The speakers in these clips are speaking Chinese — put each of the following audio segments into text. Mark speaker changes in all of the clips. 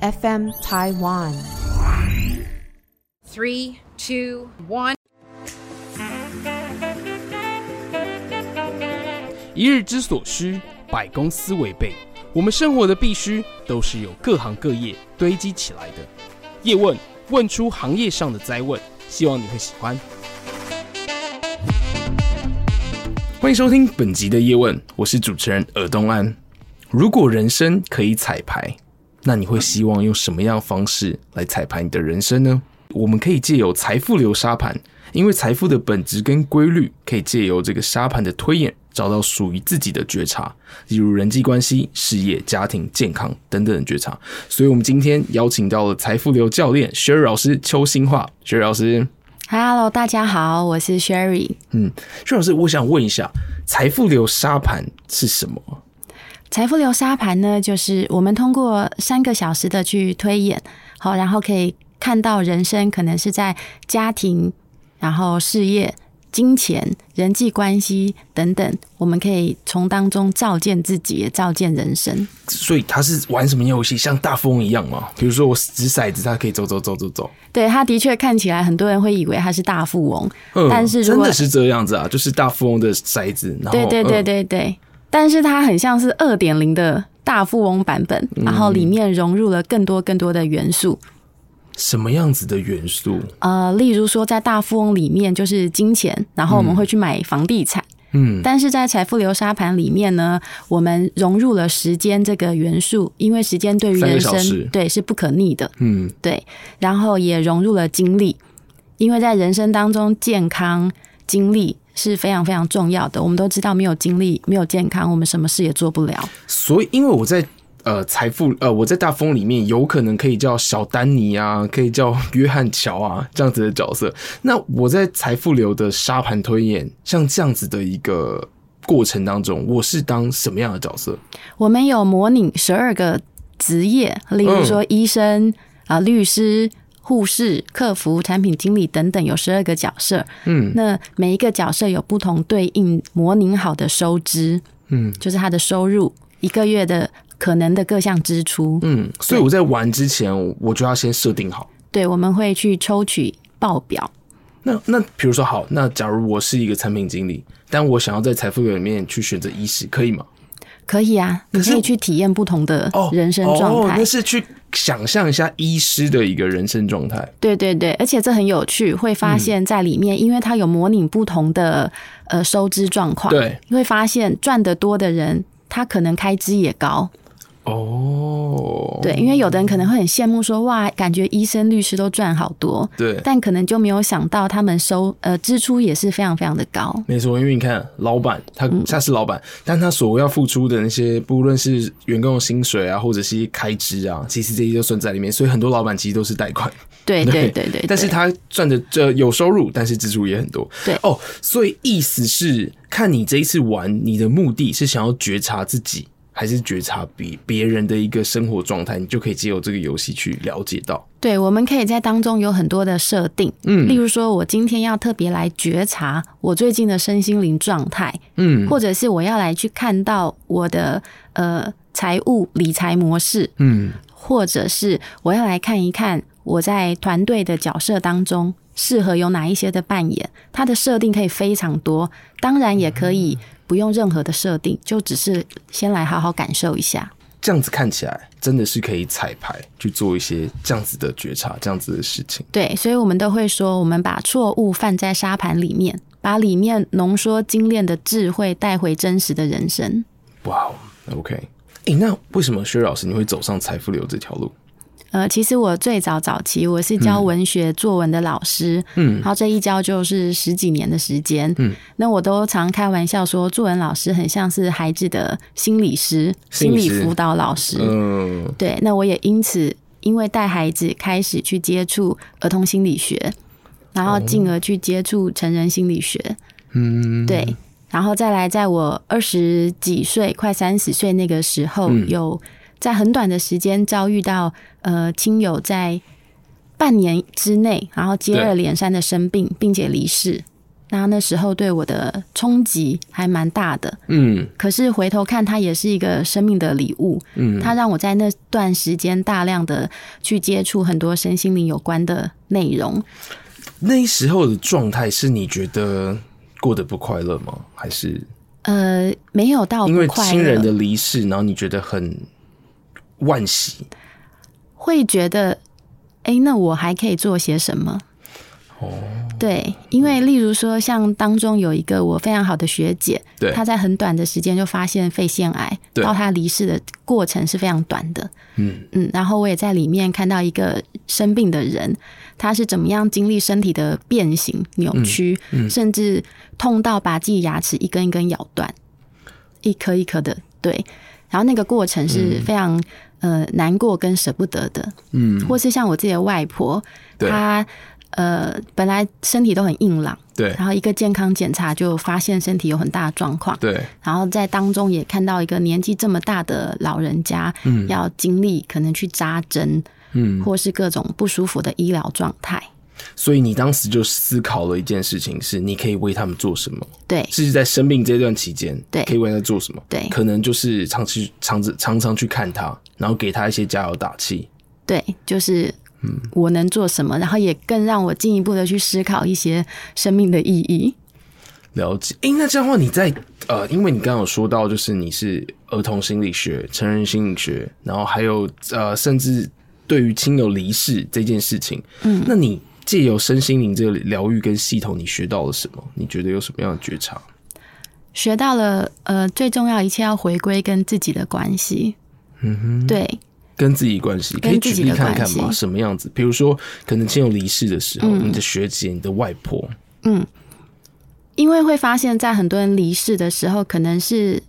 Speaker 1: FM Taiwan。
Speaker 2: Three, two, one.
Speaker 3: 一日之所需，百公司为备。我们生活的必须，都是由各行各业堆积起来的。叶问问出行业上的灾问，希望你会喜欢。欢迎收听本集的叶问，我是主持人尔东安。如果人生可以彩排，那你会希望用什么样的方式来彩排你的人生呢？我们可以借由财富流沙盘，因为财富的本质跟规律，可以借由这个沙盘的推演，找到属于自己的觉察，例如人际关系、事业、家庭、健康等等的觉察。所以，我们今天邀请到了财富流教练 Sherry 老师邱兴化，Sherry 老师。
Speaker 4: Hello，大家好，我是 Sherry。
Speaker 3: 薛老师，我想问一下，财富流沙盘是什么？
Speaker 4: 财富流沙盘呢，就是我们通过三个小时的去推演，好，然后可以看到人生可能是在家庭、然后事业、金钱、人际关系等等，我们可以从当中照见自己，也照见人生。
Speaker 3: 所以他是玩什么游戏？像大富翁一样吗？比如说我掷骰子，他可以走走走走走。
Speaker 4: 对，他的确看起来很多人会以为他是大富翁，
Speaker 3: 嗯
Speaker 4: 但是如
Speaker 3: 真
Speaker 4: 果
Speaker 3: 的是这样子啊，就是大富翁的骰子，然后
Speaker 4: 对对对
Speaker 3: 嗯
Speaker 4: 对对，但是它很像是二点零的大富翁版本，
Speaker 3: 嗯
Speaker 4: 然后里面融入了更多更多的元素。
Speaker 3: 什么样子的元素？
Speaker 4: 呃，例如说在大富翁里面就是金钱，然后我们会去买房地产。
Speaker 3: 嗯，
Speaker 4: 但是在财富流沙盘里面呢，我们融入了时间这个元素，因为时间对于
Speaker 3: 三个
Speaker 4: 人
Speaker 3: 小时
Speaker 4: 生对是不可逆的，
Speaker 3: 嗯，
Speaker 4: 对。然后也融入了精力，因为在人生当中，健康、精力是非常非常重要的。我们都知道，没有精力，没有健康，我们什么事也做不了。
Speaker 3: 所以因为我在呃财富呃我在大富翁里面有可能可以叫小丹尼啊，可以叫约翰乔啊这样子的角色。那我在财富流的沙盘推演，像这样子的一个过程当中，我是当什么样的角色？
Speaker 4: 我们有模拟十二个职业，例如
Speaker 3: 嗯
Speaker 4: 说医生啊、律师、护士、客服、产品经理等等，有十二个角色。
Speaker 3: 嗯，
Speaker 4: 那每一个角色有不同对应模拟好的收支，
Speaker 3: 嗯，
Speaker 4: 就是他的收入一个月的可能的各项支出。
Speaker 3: 嗯，所以我在玩之前，我就要先设定好。
Speaker 4: 对，我们会去抽取报表。
Speaker 3: 那那比如说好，那假如我是一个产品经理，但我想要在财富流里面去选择医师，可以吗？
Speaker 4: 可以啊，
Speaker 3: 可
Speaker 4: 你
Speaker 3: 是
Speaker 4: 可以去体验不同的
Speaker 3: 哦，
Speaker 4: 人生状
Speaker 3: 哦，
Speaker 4: 态。
Speaker 3: 那是去想象一下医师的一个人生状态。
Speaker 4: 对对对，而且这很有趣，会
Speaker 3: 嗯
Speaker 4: 发现在里面，因为它有模拟不同的呃收支状况，
Speaker 3: 对，
Speaker 4: 你会发现赚得多的人，他可能开支也高，
Speaker 3: 哦，
Speaker 4: 对，因为有的人可能会很羡慕说，哇，感觉医生、律师都赚好多，
Speaker 3: 对，
Speaker 4: 但可能就没有想到他们收呃支出也是非常非常的高，
Speaker 3: 没错，因为你看，老板他
Speaker 4: 嗯
Speaker 3: 他是老板，但他所要付出的那些，不论是员工的薪水啊，或者是一些开支啊，其实这些都算在里面。所以很多老板其实都是贷款，
Speaker 4: 对对对对，
Speaker 3: 但是他赚的这有收入，但是支出也很多。
Speaker 4: 对
Speaker 3: 哦，所以意思是看你这一次玩，你的目的是想要觉察自己，还是觉察别别人的一个生活状态，你就可以借由这个游戏去了解到。
Speaker 4: 对，我们可以在当中有很多的设定，嗯，例如说我今天要特别来觉察我最近的身心灵状态，
Speaker 3: 嗯
Speaker 4: 或者是我要来去看到我的呃财务理财模式，
Speaker 3: 嗯，
Speaker 4: 或者是我要来看一看我在团队的角色当中适合有哪一些的扮演，它的设定可以非常多，当然也可以不用任何的设定，就只是先来好好感受一下。
Speaker 3: 这样子看起来真的是可以彩排去做一些这样子的觉察，这样子的事情。
Speaker 4: 对，所以我们都会说，我们把错误放在沙盘里面，把里面浓缩精炼的智慧带回真实的人生。
Speaker 3: 哇、哦 o k 诶、那为什么薛老师你会走上财富流这条路？
Speaker 4: 呃，其实我最早早期我是教文学作文的老师，嗯，然后这一教就是十几年的时间，嗯，那我都常开玩笑说，作文老师很像是孩子的心理师、
Speaker 3: 心
Speaker 4: 心
Speaker 3: 理
Speaker 4: 理
Speaker 3: 师
Speaker 4: 辅导老师，
Speaker 3: 嗯，
Speaker 4: 对，那我也因此因为带孩子开始去接触儿童心理学，然后进而去接触成人心理学。嗯，对，然后再来，在我二十几岁、快三十岁那个时候，
Speaker 3: 嗯
Speaker 4: 有在很短的时间遭遇到呃亲友在半年之内，然后接
Speaker 3: 对
Speaker 4: 二连三的生病，并且离世。那那时候对我的冲击还蛮大的。
Speaker 3: 嗯
Speaker 4: 可是回头看，它也是一个生命的礼物。
Speaker 3: 嗯，
Speaker 4: 它让我在那段时间大量的去接触很多身心灵有关的内容。
Speaker 3: 那时候的状态是你觉得过得不快乐吗？还是
Speaker 4: 呃，没有到
Speaker 3: 因
Speaker 4: 不
Speaker 3: 为
Speaker 4: 快
Speaker 3: 亲
Speaker 4: 乐
Speaker 3: 人的离世，然后你觉得很惋惜？
Speaker 4: 会觉得，哎，那我还可以做些什么？哦，对，因为例如说，像当中有一个我非常好的学姐，
Speaker 3: 对
Speaker 4: 她在很短的时间就发现肺腺癌，
Speaker 3: 对
Speaker 4: 到她离世的过程是非常短的。
Speaker 3: 嗯
Speaker 4: 嗯，然后我也在里面看到一个生病的人，他是怎么样经历身体的变形、扭曲，
Speaker 3: 嗯
Speaker 4: 甚至痛到把自己牙齿一根一根咬断，一颗一颗的，对。然后那个过程是非常、呃难过跟舍不得的，
Speaker 3: 嗯，
Speaker 4: 或是像我自己的外婆，
Speaker 3: 对
Speaker 4: 她呃本来身体都很硬朗，
Speaker 3: 对
Speaker 4: 然后一个健康检查就发现身体有很大的状况，
Speaker 3: 对，
Speaker 4: 然后在当中也看到一个年纪这么大的老人家，
Speaker 3: 嗯
Speaker 4: 要经历可能去扎针，
Speaker 3: 嗯，
Speaker 4: 或是各种不舒服的医疗状态。
Speaker 3: 所以你当时就思考了一件事情，是你可以为他们做什么？
Speaker 4: 对
Speaker 3: 是在生病这段期间，
Speaker 4: 对
Speaker 3: 可以为他做什么？
Speaker 4: 对
Speaker 3: 可能就是常去常常常去看他，然后给他一些加油打气。
Speaker 4: 对，就是
Speaker 3: 嗯
Speaker 4: 我能做什么，然后也更让我进一步的去思考一些生命的意义。
Speaker 3: 了解，诶，那这样的话，你在呃，因为你刚刚有说到，就是你是儿童心理学、成人心理学，然后还有呃，甚至对于亲友离世这件事情，嗯，那你借由身心灵这个疗愈跟系统，你学到了什么？你觉得有什么样的觉察？
Speaker 4: 学到了，呃，最重要一切要回归跟自己的关系。嗯哼，对，
Speaker 3: 跟自己关系，可以
Speaker 4: 跟自
Speaker 3: 举
Speaker 4: 己
Speaker 3: 例
Speaker 4: 的
Speaker 3: 看看
Speaker 4: 关
Speaker 3: 吗？
Speaker 4: 系嗯
Speaker 3: 什么样子？比如说，可能亲友离世的时候，你的学姐、你的外婆，
Speaker 4: 因为会发现，在很多人离世的时候，可能是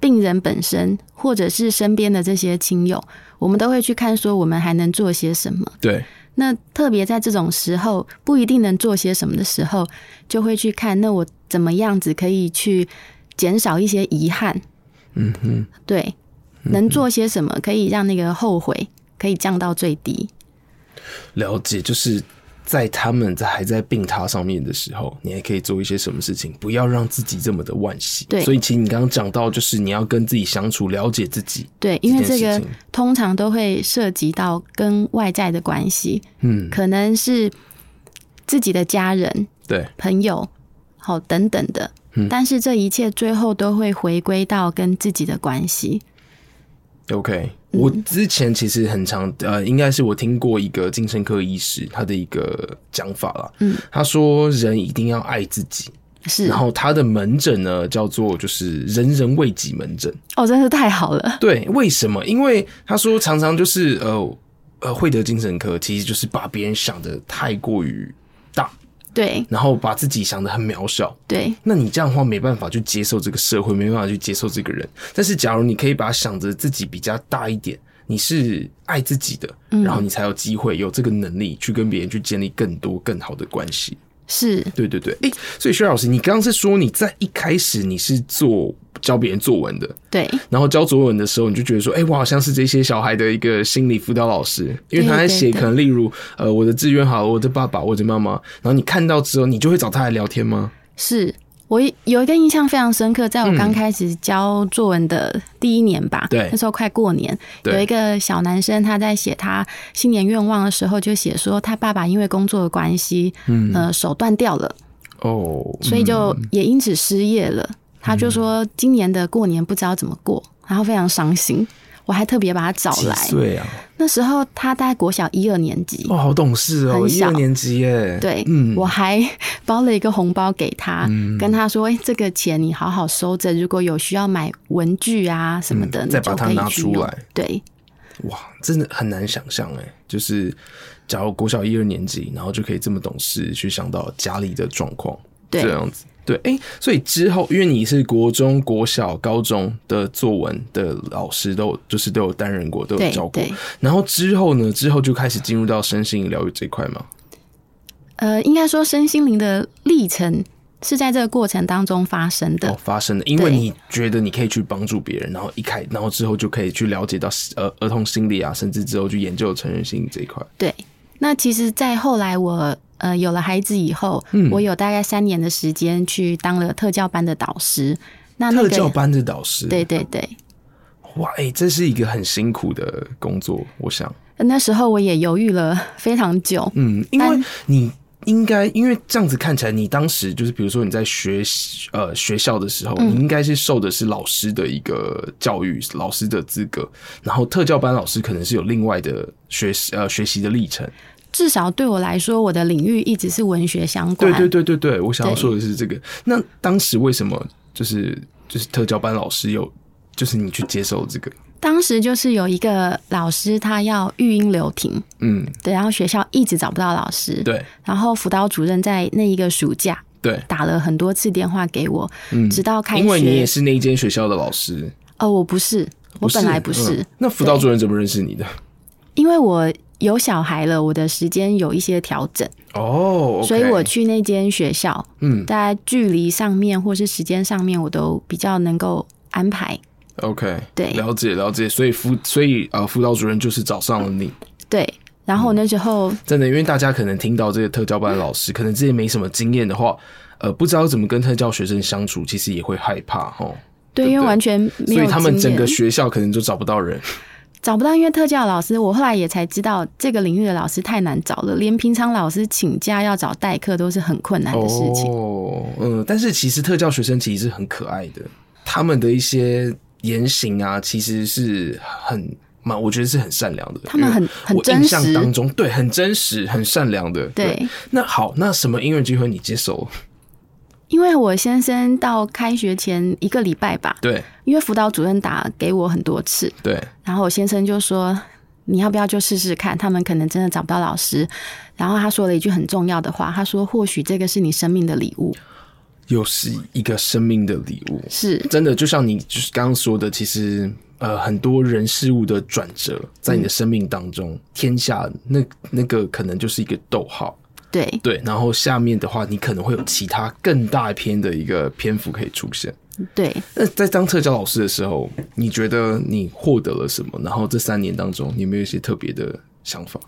Speaker 4: 病人本身，或者是身边的这些亲友，我们都会去看说我们还能做些什么。
Speaker 3: 对，
Speaker 4: 那特别在这种时候，不一定能做些什么的时候，就会去看那我怎么样子可以去减少一些遗憾。
Speaker 3: 嗯哼，
Speaker 4: 对，能做些什么可以让那个后悔可以降到最低。
Speaker 3: 了解，就是在他们在还在病榻上面的时候，你还可以做一些什么事情，不要让自己这么的惋惜。
Speaker 4: 对
Speaker 3: 所以其实你刚刚讲到，就是你要跟自己相处，了解自己。
Speaker 4: 对，因为
Speaker 3: 这
Speaker 4: 这
Speaker 3: 件事
Speaker 4: 个
Speaker 3: 情
Speaker 4: 通常都会涉及到跟外在的关系，
Speaker 3: 嗯，
Speaker 4: 可能是自己的家人、
Speaker 3: 对，
Speaker 4: 朋友，好等等的。
Speaker 3: 嗯
Speaker 4: 但是这一切最后都会回归到跟自己的关系。
Speaker 3: OK，我之前其实很常呃，应该是我听过一个精神科医师他的一个讲法啦。嗯，他说人一定要爱自己，
Speaker 4: 是
Speaker 3: 然后他的门诊呢叫做就是人人为己门诊。
Speaker 4: 哦，真是太好了。
Speaker 3: 对，为什么？因为他说常常就是呃呃，会得精神科其实就是把别人想的太过于大，
Speaker 4: 对
Speaker 3: 然后把自己想的很渺小。
Speaker 4: 对，
Speaker 3: 那你这样的话没办法去接受这个社会，没办法去接受这个人。但是假如你可以把它想着自己比较大一点，你是爱自己的，然后你才有机会有这个能力去跟别人去建立更多更好的关系。
Speaker 4: 是
Speaker 3: 对对对，诶、所以薛老师，你刚刚是说你在一开始你是做教别人作文的，
Speaker 4: 对
Speaker 3: 然后教作文的时候，你就觉得说，哎、我好像是这些小孩的一个心理辅导老师，因为他在写，
Speaker 4: 对对对
Speaker 3: 可能例如，呃，我的志愿好了，我的爸爸，我的妈妈，然后你看到之后，你就会找他来聊天吗？
Speaker 4: 是。我有一个印象非常深刻，在我刚开始教作文的第一年吧，
Speaker 3: 嗯对
Speaker 4: 那时候快过年，
Speaker 3: 对
Speaker 4: 有一个小男生他在写他新年愿望的时候，就写说他爸爸因为工作的关系，嗯，呃，手断掉了，
Speaker 3: 哦，
Speaker 4: 所以就也因此失业了。他
Speaker 3: 嗯
Speaker 4: 就说今年的过年不知道怎么过，然后非常伤心。我还特别把他找
Speaker 3: 几
Speaker 4: 来，
Speaker 3: 岁啊？
Speaker 4: 那时候他大概国小一二年级，
Speaker 3: 哇，好懂事哦，
Speaker 4: 很
Speaker 3: 一
Speaker 4: 小
Speaker 3: 二年级耶。
Speaker 4: 对，
Speaker 3: 嗯，
Speaker 4: 我还包了一个红包给他，跟他说：“哎、这个钱你好好收着，如果有需要买文具啊什么的，
Speaker 3: 嗯
Speaker 4: 你
Speaker 3: 再
Speaker 4: 就
Speaker 3: 把它
Speaker 4: 可以
Speaker 3: 拿
Speaker 4: 去
Speaker 3: 出
Speaker 4: 用
Speaker 3: 来。”
Speaker 4: 对，
Speaker 3: 哇，真的很难想象哎，就是假如国小一二年级，然后就可以这么懂事，去想到家里的状况，
Speaker 4: 对
Speaker 3: 这样子。对，哎、所以之后，因为你是国中、国小、高中的作文的老师，都有就是都有担任过，都有
Speaker 4: 对
Speaker 3: 教过
Speaker 4: 对。
Speaker 3: 然后之后呢，之后就开始进入到身心疗愈这一块嘛。
Speaker 4: 呃，应该说身心灵的历程是在这个过程当中发生的。
Speaker 3: 哦，发生的，因为
Speaker 4: 对
Speaker 3: 你觉得你可以去帮助别人，然后一开，然后之后就可以去了解到呃儿童心理啊，甚至之后去研究成人心理这一块。
Speaker 4: 对，那其实，在后来我呃有了孩子以后，
Speaker 3: 嗯
Speaker 4: 我有大概三年的时间去当了特教班的导师。那那
Speaker 3: 特
Speaker 4: 个
Speaker 3: 教班的导师，
Speaker 4: 对对对，
Speaker 3: 哇，哎、这是一个很辛苦的工作，我想，
Speaker 4: 那时候我也犹豫了非常久。
Speaker 3: 嗯，因为
Speaker 4: 但
Speaker 3: 你应该，因为这样子看起来，你当时就是，比如说你在学呃学校的时候，
Speaker 4: 嗯
Speaker 3: 你应该是受的是老师的一个教育，老师的资格，然后特教班老师可能是有另外的学习呃学习的历程，
Speaker 4: 至少对我来说，我的领域一直是文学相关。
Speaker 3: 对对对对对，我想要
Speaker 4: 对
Speaker 3: 说的是这个。那当时为什么就是就是特教班老师有，就是你去接受这个，
Speaker 4: 当时就是有一个老师，他要育婴留停，
Speaker 3: 嗯，
Speaker 4: 对，然后学校一直找不到老师，
Speaker 3: 对
Speaker 4: 然后辅导主任在那一个暑假
Speaker 3: 对，
Speaker 4: 打了很多次电话给我，直到开
Speaker 3: 嗯
Speaker 4: 学。
Speaker 3: 因为你也是那一间学校的老师。
Speaker 4: 哦，我不是，我本来不是，
Speaker 3: 嗯那辅导主任怎么认识你的？
Speaker 4: 因为我有小孩了，我的时间有一些调整，
Speaker 3: 哦，OK
Speaker 4: 所以我去那间学校，
Speaker 3: 嗯
Speaker 4: 大家距离上面或是时间上面，我都比较能够安排。
Speaker 3: ，OK，
Speaker 4: 对
Speaker 3: 了解了解。所以辅所以呃辅导主任就是找上了你，
Speaker 4: 对，然
Speaker 3: 嗯
Speaker 4: 后那时候
Speaker 3: 真的，因为大家可能听到这个特教班老师，可能之前没什么经验的话。呃，不知道怎么跟特教学生相处，其实也会害怕哦，
Speaker 4: 对，因为完全没有经
Speaker 3: 所以
Speaker 4: 验，
Speaker 3: 他们整个学校可能就找不到人。
Speaker 4: 找不到，因为特教老师，我后来也才知道这个领域的老师太难找了，连平常老师请假要找代课都是很困难的事情。
Speaker 3: 哦，嗯，但是其实特教学生其实是很可爱的，他们的一些言行啊，其实是很蛮，我觉得是很善良的。
Speaker 4: 他们很
Speaker 3: 因为
Speaker 4: 很
Speaker 3: 我
Speaker 4: 真
Speaker 3: 印象
Speaker 4: 实
Speaker 3: 当中，对，很真实，很善良的。
Speaker 4: 对
Speaker 3: 那好，那什么音乐机会你接手？
Speaker 4: 因为我先生到开学前一个礼拜吧，
Speaker 3: 对
Speaker 4: 因为辅导主任打给我很多次，
Speaker 3: 对，
Speaker 4: 然后我先生就说：“你要不要就试试看？他们可能真的找不到老师。”然后他说了一句很重要的话，他说：“或许这个是你生命的礼物。
Speaker 3: 又是一个生命的礼物”。
Speaker 4: 是，
Speaker 3: 真的，就像你就是刚刚说的，其实呃，很多人事物的转折，在你的生命当中，天下那那个可能就是一个逗号。
Speaker 4: 对
Speaker 3: 对，然后下面的话，你可能会有其他更大篇的一个篇幅可以出现。
Speaker 4: 对。
Speaker 3: 那在当特教老师的时候，你觉得你获得了什么？然后这三年当中，你有没有一些特别的想法？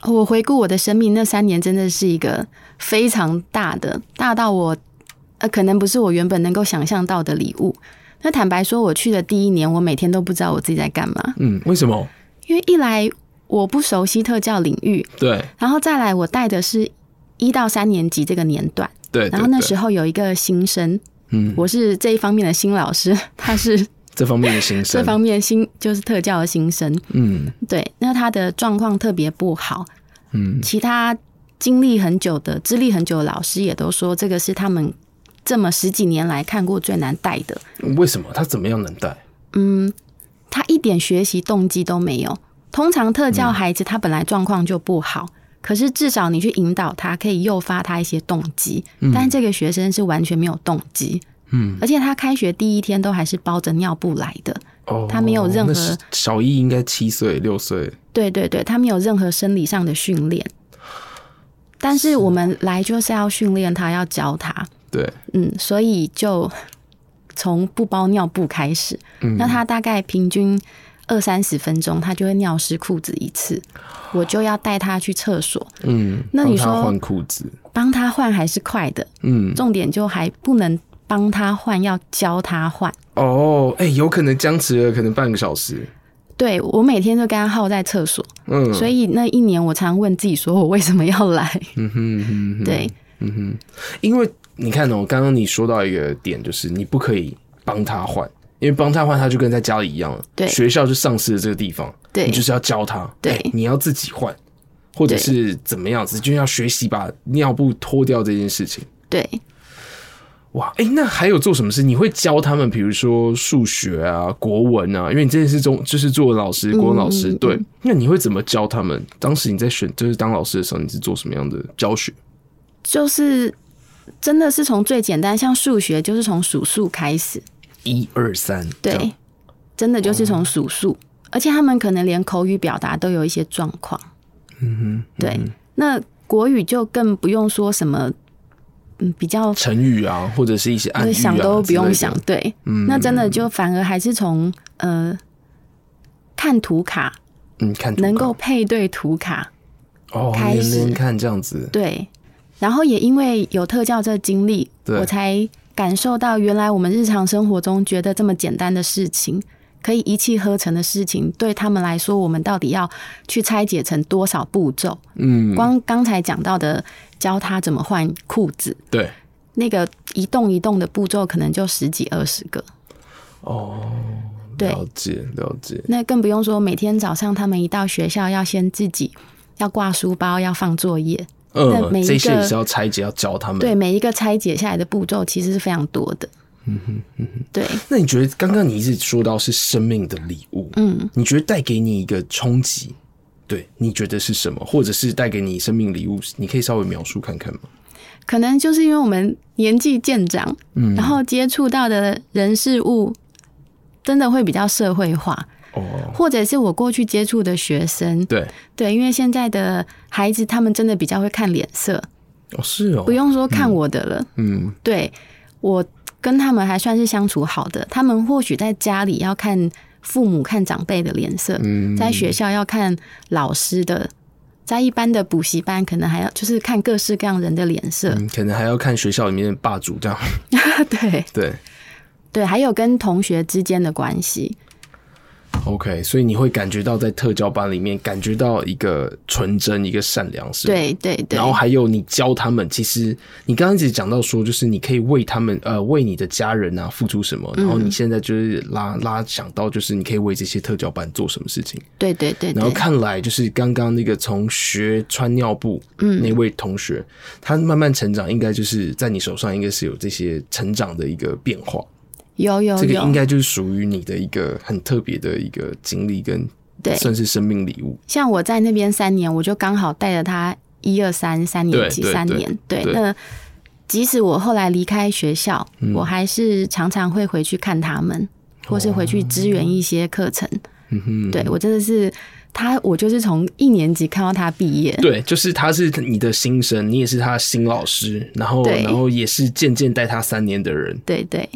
Speaker 4: 哦我回顾我的生命，那三年真的是一个非常大的，大到我呃，可能不是我原本能够想象到的礼物。那坦白说，我去的第一年，我每天都不知道我自己在干嘛，
Speaker 3: 嗯，为什么？
Speaker 4: 因为一来我不熟悉特教领域，
Speaker 3: 对
Speaker 4: 然后再来我带的是一到三年级这个年段，
Speaker 3: 对，
Speaker 4: 然后那时
Speaker 3: 候
Speaker 4: 候有一个新生，
Speaker 3: 嗯，
Speaker 4: 我是这一方面的新老师，他是
Speaker 3: 这方面的心声，
Speaker 4: 这方面新就是特教的新生，
Speaker 3: 嗯
Speaker 4: 对，那他的状况特别不好，
Speaker 3: 嗯，
Speaker 4: 其他经历很久的、资历很久的老师也都说，这个是他们这么十几年来看过最难带的。
Speaker 3: 为什么他怎么样能带？
Speaker 4: 他一点学习动机都没有。通常特教孩子他本来状况就不好，可是至少你去引导他，可以诱发他一些动机。
Speaker 3: 嗯
Speaker 4: 但这个学生是完全没有动机，嗯，而且他开学第一天都还是包着尿布来的。
Speaker 3: 哦，
Speaker 4: 他没有任何
Speaker 3: 那是小一应该七岁六岁，
Speaker 4: 对对对，他没有任何生理上的训练。但是我们来就是要训练他，要教他。
Speaker 3: 对，
Speaker 4: 嗯，所以就从不包尿布开始。
Speaker 3: 嗯
Speaker 4: 那他大概平均二三十分钟，他就会尿湿裤子一次，我就要带他去厕所，
Speaker 3: 嗯，
Speaker 4: 那你
Speaker 3: 帮他
Speaker 4: 说
Speaker 3: 换裤子，
Speaker 4: 帮他换还是快的，
Speaker 3: 嗯，
Speaker 4: 重点就还不能帮他换，要教他换。
Speaker 3: 哦，哎、有可能僵持了可能半个小时，
Speaker 4: 对我每天都跟他耗在厕所，
Speaker 3: 嗯，
Speaker 4: 所以那一年我常问自己，说我为什么要来？
Speaker 3: 嗯哼嗯哼。
Speaker 4: 对
Speaker 3: 因为你看哦，刚刚你说到一个点，就是你不可以帮他换，因为帮他换他就跟在家里一样了。
Speaker 4: 对
Speaker 3: 学校就丧失了这个地方，
Speaker 4: 对
Speaker 3: 你就是要教他，
Speaker 4: 对
Speaker 3: 哎你要自己换，或者
Speaker 4: 对
Speaker 3: 是怎么样子，就要学习把尿布脱掉这件事情。
Speaker 4: 对，
Speaker 3: 哇，哎、那还有做什么事？你会教他们，比如说数学啊、国文啊，因为你之前是中，就是作文老师、国文老师，
Speaker 4: 嗯嗯
Speaker 3: 对。那你会怎么教他们？当时你在选，就是当老师的时候，你是做什么样的教学？
Speaker 4: 就是真的是从最简单，像数学就是从数数开始，
Speaker 3: 一二三，这样哦
Speaker 4: 对，真的就是从数数，而且他们可能连口语表达都有一些状况。嗯哼，对。那国语就更不用说什么，嗯，比较
Speaker 3: 成语啊，或者是一些暗语啊，
Speaker 4: 想都不用想。。对，
Speaker 3: 嗯
Speaker 4: 那真的就反而还是从呃看图卡
Speaker 3: 嗯，看图吧
Speaker 4: 能够配对图卡，
Speaker 3: 哦，
Speaker 4: 开
Speaker 3: 连
Speaker 4: 始
Speaker 3: 连看这样子，
Speaker 4: 对，然后也因为有特教这经历，
Speaker 3: 对
Speaker 4: 我才感受到原来我们日常生活中觉得这么简单的事情，可以一气呵成的事情，对他们来说，我们到底要去拆解成多少步骤？
Speaker 3: 嗯，
Speaker 4: 光刚才讲到的，教他怎么换裤子，
Speaker 3: 对，
Speaker 4: 那个一动一动的步骤，可能就十几二十个。
Speaker 3: 哦，
Speaker 4: 对，
Speaker 3: 了解了解，
Speaker 4: 那更不用说每天早上他们一到学校，要先自己要挂书包，要放作业。
Speaker 3: 嗯，
Speaker 4: 每一
Speaker 3: 这些
Speaker 4: 个
Speaker 3: 也是要拆解，要教他们。
Speaker 4: 对，，每一个拆解下来的步骤其实是非常多的。嗯哼，对，
Speaker 3: 那你觉得刚刚你一直说到是生命的礼物，
Speaker 4: 嗯，
Speaker 3: 你觉得带给你一个冲击，对，你觉得是什么？或者是带给你生命礼物，你可以稍微描述看看吗？
Speaker 4: 可能就是因为我们年纪渐长，嗯，然后接触到的人事物真的会比较社会化，
Speaker 3: 哦，
Speaker 4: 或者是我过去接触的学生，
Speaker 3: 对，
Speaker 4: 对，因为现在的孩子他们真的比较会看脸色，
Speaker 3: 哦是哦
Speaker 4: 不，用说看我的了，
Speaker 3: 嗯，
Speaker 4: 对我跟他们还算是相处好的，他们或许在家里要看父母看长辈的脸色，
Speaker 3: 嗯
Speaker 4: 在学校要看老师的，在一般的补习班可能还要就是看各式各样人的脸色，
Speaker 3: 嗯，可能还要看学校里面的霸主这样，
Speaker 4: 对
Speaker 3: 对
Speaker 4: 对，还有跟同学之间的关系，
Speaker 3: ，OK，所以你会感觉到在特教班里面感觉到一个纯真，一个善良，是吗
Speaker 4: 对对对
Speaker 3: 然，后还有你教他们，其实你刚刚一直讲到说，就是你可以为他们，呃，为你的家人啊付出什么，
Speaker 4: 嗯
Speaker 3: 然后你现在就是拉拉想到，就是你可以为这些特教班做什么事情。
Speaker 4: 对对对
Speaker 3: 然后
Speaker 4: 对，
Speaker 3: 看来就是刚刚那个从学穿尿布
Speaker 4: 嗯
Speaker 3: 那位同学，他慢慢成长，应该就是在你手上应该是有这些成长的一个变化。
Speaker 4: 有有
Speaker 3: 这个应
Speaker 4: 有，
Speaker 3: 该就是属于你的一个很特别的一个经历，跟
Speaker 4: 对，
Speaker 3: 算是生命礼物。
Speaker 4: 像我在那边三年，我就刚好带着他一二三三年级
Speaker 3: 对对
Speaker 4: 三年，对，
Speaker 3: 对嗯
Speaker 4: 那即使我后来离开学校，我还是常常会回去看他们，或是回去支援一些课程。
Speaker 3: 嗯哼，
Speaker 4: 对我真的是他，我就是从一年级看到他毕业，
Speaker 3: 对，就是他是你的新生，你也是他的新老师，然后
Speaker 4: 对
Speaker 3: 然后也是渐渐带他三年的人。
Speaker 4: 对对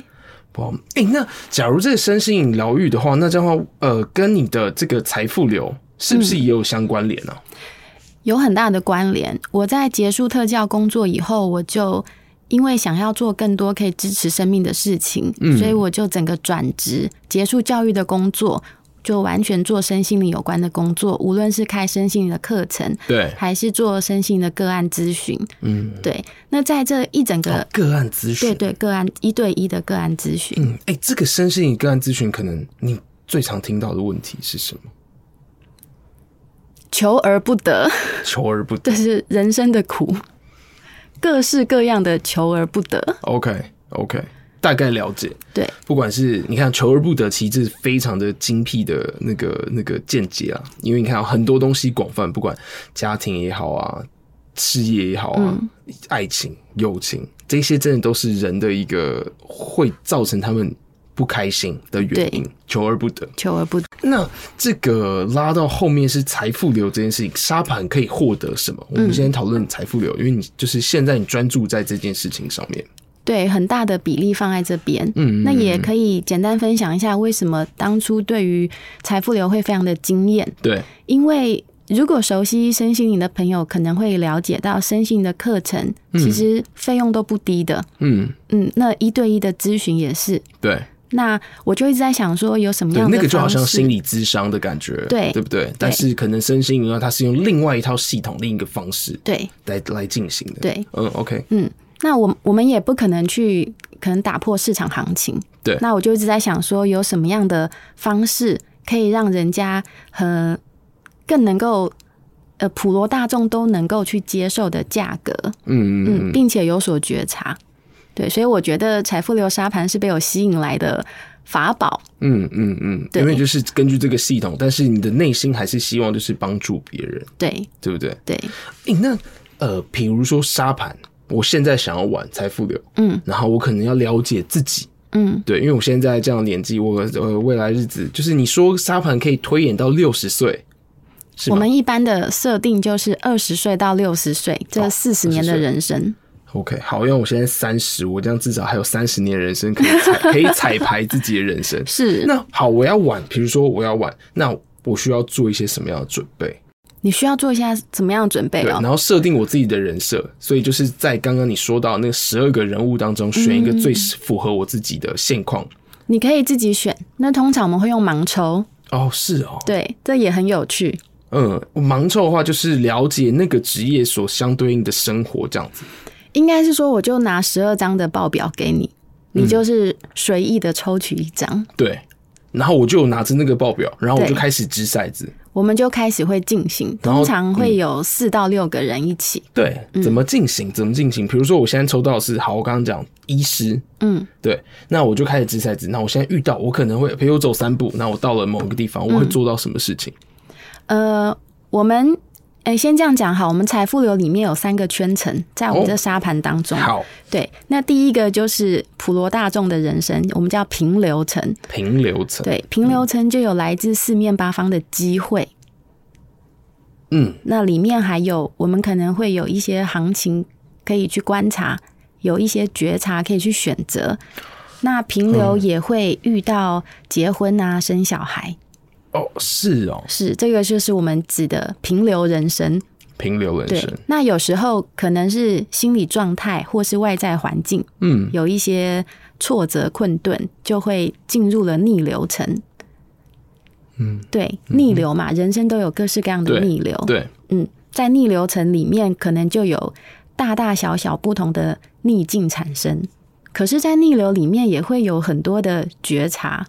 Speaker 3: 哇，哎、那假如这个身心灵疗愈的话，那这样的话，呃，跟你的这个财富流是不是也有相关联啊？
Speaker 4: 有很大的关联。我在结束特教工作以后，我就因为想要做更多可以支持生命的事情，
Speaker 3: 嗯
Speaker 4: 所以我就整个转职，结束教育的工作，就完全做身心灵有关的工作，无论是开身心灵的课程，
Speaker 3: 对，
Speaker 4: 还是做身心灵的个案咨询。
Speaker 3: 嗯，
Speaker 4: 对，那在这一整个、
Speaker 3: 哦个案咨询，
Speaker 4: 对对个案一对一的个案咨询，
Speaker 3: 嗯，哎、这个身心灵个案咨询，可能你最常听到的问题是什么？
Speaker 4: 求而不得，
Speaker 3: 求而不得。
Speaker 4: 这是人生的苦，各式各样的求而不得。
Speaker 3: OK OK，大概了解。
Speaker 4: 对，
Speaker 3: 不管是你看求而不得，其实这是非常的精辟的那个那个见解啊，因为你看啊很多东西广泛，不管家庭也好啊，事业也好啊，爱情、友情，这些真的都是人的一个会造成他们不开心的原因，求而不得。
Speaker 4: 求而不得
Speaker 3: 那这个拉到后面是财富流这件事情，沙盘可以获得什么？我们今天讨论财富流，因为你就是现在你专注在这件事情上面。
Speaker 4: 对，很大的比例放在这边。嗯，那也可以简单分享一下为什么当初对于财富流会非常的惊艳，
Speaker 3: 对，
Speaker 4: 因为如果熟悉身心灵的朋友，可能会了解到身心灵的课程其实费用都不低的。
Speaker 3: 嗯，
Speaker 4: 嗯那一对一的咨询也是。
Speaker 3: 对，
Speaker 4: 那我就一直在想说，有什么
Speaker 3: 对，
Speaker 4: 样的
Speaker 3: 那个就好像
Speaker 4: 方式
Speaker 3: 心理咨商的感觉，
Speaker 4: 对
Speaker 3: 对不对？但是可能身心灵啊，它是用另外一套系统、另一个方式
Speaker 4: 对
Speaker 3: 来来进行的。，
Speaker 4: 对，
Speaker 3: 嗯，OK，
Speaker 4: 嗯，那我我们也不可能去可能打破市场行情。
Speaker 3: 对
Speaker 4: 那我就一直在想说，有什么样的方式可以让人家很更能够呃普罗大众都能够去接受的价格，
Speaker 3: 嗯嗯
Speaker 4: 嗯，并且有所觉察。对，所以我觉得财富流沙盘是被我吸引来的法宝。
Speaker 3: 嗯嗯嗯，
Speaker 4: 对
Speaker 3: 因为就是根据这个系统，但是你的内心还是希望就是帮助别人，
Speaker 4: 对
Speaker 3: 对不对？
Speaker 4: 对，
Speaker 3: 诶，那呃，比如说沙盘，我现在想要玩财富流，
Speaker 4: 嗯，
Speaker 3: 然后我可能要了解自己，
Speaker 4: 嗯，
Speaker 3: 对，因为我现在这样的年纪，我呃未来日子就是你说沙盘可以推演到六十岁，是
Speaker 4: 我
Speaker 3: 吗
Speaker 4: 们一般的设定就是二十岁到六十岁这
Speaker 3: 哦
Speaker 4: 四十年
Speaker 3: 40
Speaker 4: 的
Speaker 3: 岁
Speaker 4: 人生。
Speaker 3: OK，好，因为我现在三十，我这样至少还有三十年人生可以彩可以彩排自己的人生。
Speaker 4: 是
Speaker 3: 那好，我要玩，比如说我要玩，那我需要做一些什么样的准备？
Speaker 4: 你需要做一下怎么样的准备
Speaker 3: 对，
Speaker 4: 哦
Speaker 3: 然？后设定我自己的人设，所以就是在刚刚你说到那十二个人物当中，选一个最符合我自己的现况。
Speaker 4: 你可以自己选。那通常我们会用盲抽，
Speaker 3: 哦，是哦，
Speaker 4: 嗯对，这也很有趣。
Speaker 3: 嗯，盲抽的话就是了解那个职业所相对应的生活这样子。
Speaker 4: 应该是说，我就拿十二张的报表给你，
Speaker 3: 嗯
Speaker 4: 你就是随意的抽取一张，
Speaker 3: 对，然后我就有拿着那个报表，然后我就
Speaker 4: 对
Speaker 3: 开始掷骰子。
Speaker 4: 我们就开始会进行。
Speaker 3: 然后嗯
Speaker 4: 通常会有四到六个人一起，
Speaker 3: 对，怎么进行？怎么进行？比如说，我现在抽到的是好，我刚刚讲医师，
Speaker 4: 嗯，
Speaker 3: 对，那我就开始掷骰子。那我现在遇到，我可能会，比如我走三步，那我到了某个地方，
Speaker 4: 嗯
Speaker 3: 我会做到什么事情？
Speaker 4: 呃，我们。诶，先这样讲好。我们财富流里面有三个圈层，在我们
Speaker 3: 哦
Speaker 4: 这沙盘当中。
Speaker 3: 好，
Speaker 4: 对，那第一个就是普罗大众的人生，我们叫平流层。
Speaker 3: 平流层，
Speaker 4: 对，平流层就有来自四面八方的机会。
Speaker 3: 嗯，
Speaker 4: 那里面还有我们可能会有一些行情可以去观察，有一些觉察可以去选择。那平流也会遇到结婚啊、生小孩，
Speaker 3: 哦，是哦，
Speaker 4: 是这个就是我们指的平流人生。
Speaker 3: 平流人
Speaker 4: 对
Speaker 3: 生，，
Speaker 4: 那有时候可能是心理状态或是外在环境
Speaker 3: 嗯，
Speaker 4: 有一些挫折困顿，就会进入了逆流层。嗯，对，逆流嘛，人生都有各式各样的
Speaker 3: 对
Speaker 4: 逆流。
Speaker 3: 对，
Speaker 4: 嗯，在逆流层里面，可能就有大大小小不同的逆境产生。可是，在逆流里面也会有很多的觉察。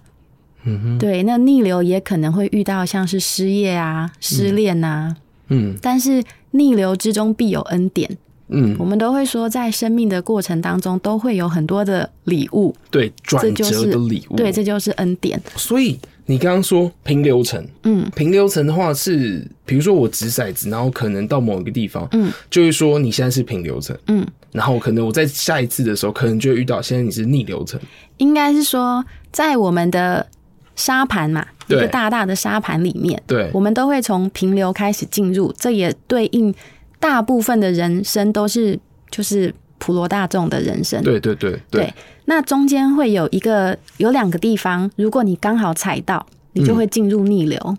Speaker 4: 嗯对，那逆流也可能会遇到像是失业啊、失恋啊，
Speaker 3: 嗯
Speaker 4: 但是逆流之中必有恩典。
Speaker 3: 嗯，
Speaker 4: 我们都会说，在生命的过程当中，都会有很多的礼物，
Speaker 3: 对，转
Speaker 4: 这就
Speaker 3: 折
Speaker 4: 是
Speaker 3: 的礼物，
Speaker 4: 对，这就是恩典。
Speaker 3: 所以你刚刚说平流层，
Speaker 4: 嗯，
Speaker 3: 平流层的话是，比如说我掷骰子，然后可能到某一个地方，嗯，就会说你现在是平流层，
Speaker 4: 嗯，
Speaker 3: 然后可能我在下一次的时候，可能就会遇到现在你是逆流层，
Speaker 4: 应该是说，在我们的沙盘嘛，一
Speaker 3: 对
Speaker 4: 个大大的沙盘里面，
Speaker 3: 对
Speaker 4: 我们都会从平流开始进入，这也对应大部分的人生都是就是普罗大众的人生。
Speaker 3: 对对对
Speaker 4: 对，那中间会有一个有两个地方，如果你刚好踩到，你就会进入逆流，
Speaker 3: 嗯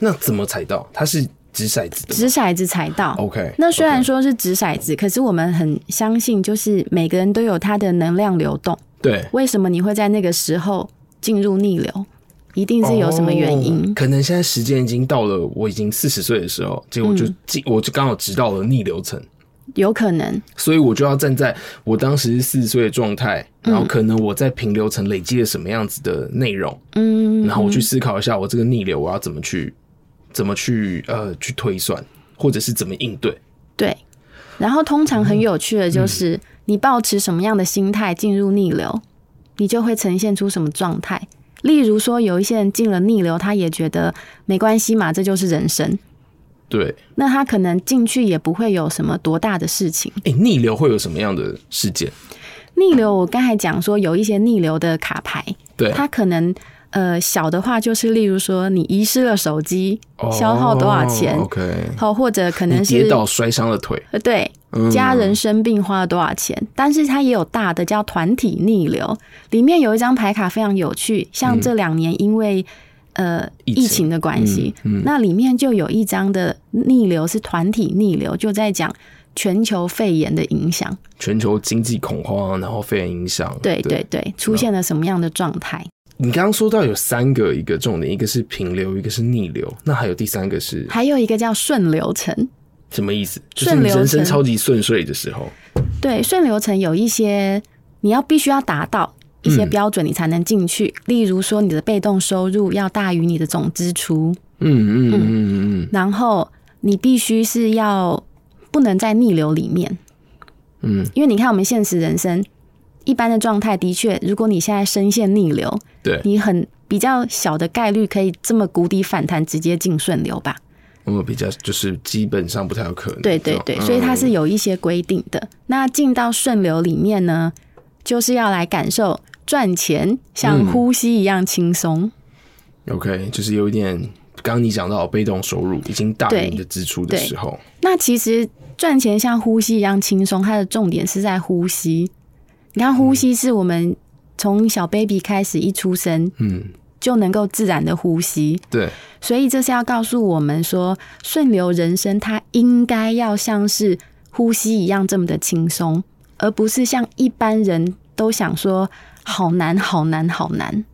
Speaker 3: 那怎么踩到？它是掷骰子的吗
Speaker 4: 掷骰子踩到。
Speaker 3: ，OK，
Speaker 4: 那虽然
Speaker 3: OK，
Speaker 4: 说是掷骰子，可是我们很相信，就是每个人都有他的能量流动。
Speaker 3: 对。
Speaker 4: 为什么你会在那个时候进入逆流？一定是有什么原因？
Speaker 3: 哦可能现在时间已经到了，我已经四十岁的时候，结果
Speaker 4: 嗯
Speaker 3: 就进，我就刚好直到了逆流层，
Speaker 4: 有可能
Speaker 3: 所以我就要站在我当时四十岁的状态，
Speaker 4: 嗯
Speaker 3: 然后可能我在平流层累积了什么样子的内容，嗯，然后我去思考一下我这个逆流我要怎么去怎么去呃去推算，或者是怎么应对。
Speaker 4: 对。然后通常很有趣的
Speaker 3: 嗯
Speaker 4: 就是，你保持什么样的心态进入逆流，你就会呈现出什么状态。例如说，有一些人进了逆流，他也觉得没关系嘛，这就是人生。
Speaker 3: 对，
Speaker 4: 那他可能进去也不会有什么多大的事情。
Speaker 3: 哎、逆流会有什么样的事件？
Speaker 4: 逆流，我刚才讲说有一些逆流的卡牌，
Speaker 3: 对，
Speaker 4: 它可能呃小的话就是例如说你遗失了手机，消耗多少钱，
Speaker 3: 哦？OK，
Speaker 4: 好、或者可能
Speaker 3: 你
Speaker 4: 是
Speaker 3: 跌倒嗯摔伤了腿，
Speaker 4: 呃，对，家人生病花了多少钱？但是它也有大的叫团体逆流，里面有一张牌卡非常有趣，像这两年因为、呃
Speaker 3: 疫
Speaker 4: 疫
Speaker 3: 情嗯
Speaker 4: 情的关系，那里面就有一张的逆流是团体逆流，就在讲全球肺炎的影响，
Speaker 3: 全球经济恐慌，然后肺炎影响。
Speaker 4: 对对对，出
Speaker 3: 嗯
Speaker 4: 现了什么样的状态？
Speaker 3: 你刚刚说到有三个，一个重点，一个是平流，一个是逆流，那还有第三个是
Speaker 4: 还有一个叫顺流程，
Speaker 3: 什么意思？就是
Speaker 4: 顺
Speaker 3: 你
Speaker 4: 流
Speaker 3: 人生
Speaker 4: 程
Speaker 3: 超级顺遂的时候。
Speaker 4: 对，顺流程有一些你要必须要达到一些标准，你才能进去。例如说，你的被动收入要大于你的总支出，
Speaker 3: 嗯嗯嗯嗯嗯
Speaker 4: 然后你必须是要不能在逆流里面，
Speaker 3: 嗯，
Speaker 4: 因为你看我们现实人生一般的状态，的确，如果你现在深陷逆流，
Speaker 3: 对，
Speaker 4: 你很比较小的概率可以这么谷底反弹，直接进顺流吧。
Speaker 3: 我们比较就是基本上不太有可能。
Speaker 4: 对对
Speaker 3: 嗯这
Speaker 4: 对，
Speaker 3: 样
Speaker 4: 所以它是有一些规定的。那进到顺流里面呢，就是要来感受赚钱像呼吸一样轻松。
Speaker 3: 嗯 OK，就是有一点，刚刚你讲到被动收入已经大于你的支出的时候，
Speaker 4: 那其实赚钱像呼吸一样轻松，它的重点是在呼吸。你看，呼吸是我们从小 baby 开始一出生，
Speaker 3: 嗯，
Speaker 4: 就能够自然的呼吸。
Speaker 3: 对，
Speaker 4: 所以这是要告诉我们说，顺流人生它应该要像是呼吸一样这么的轻松，而不是像一般人都想说好难、好难、好难。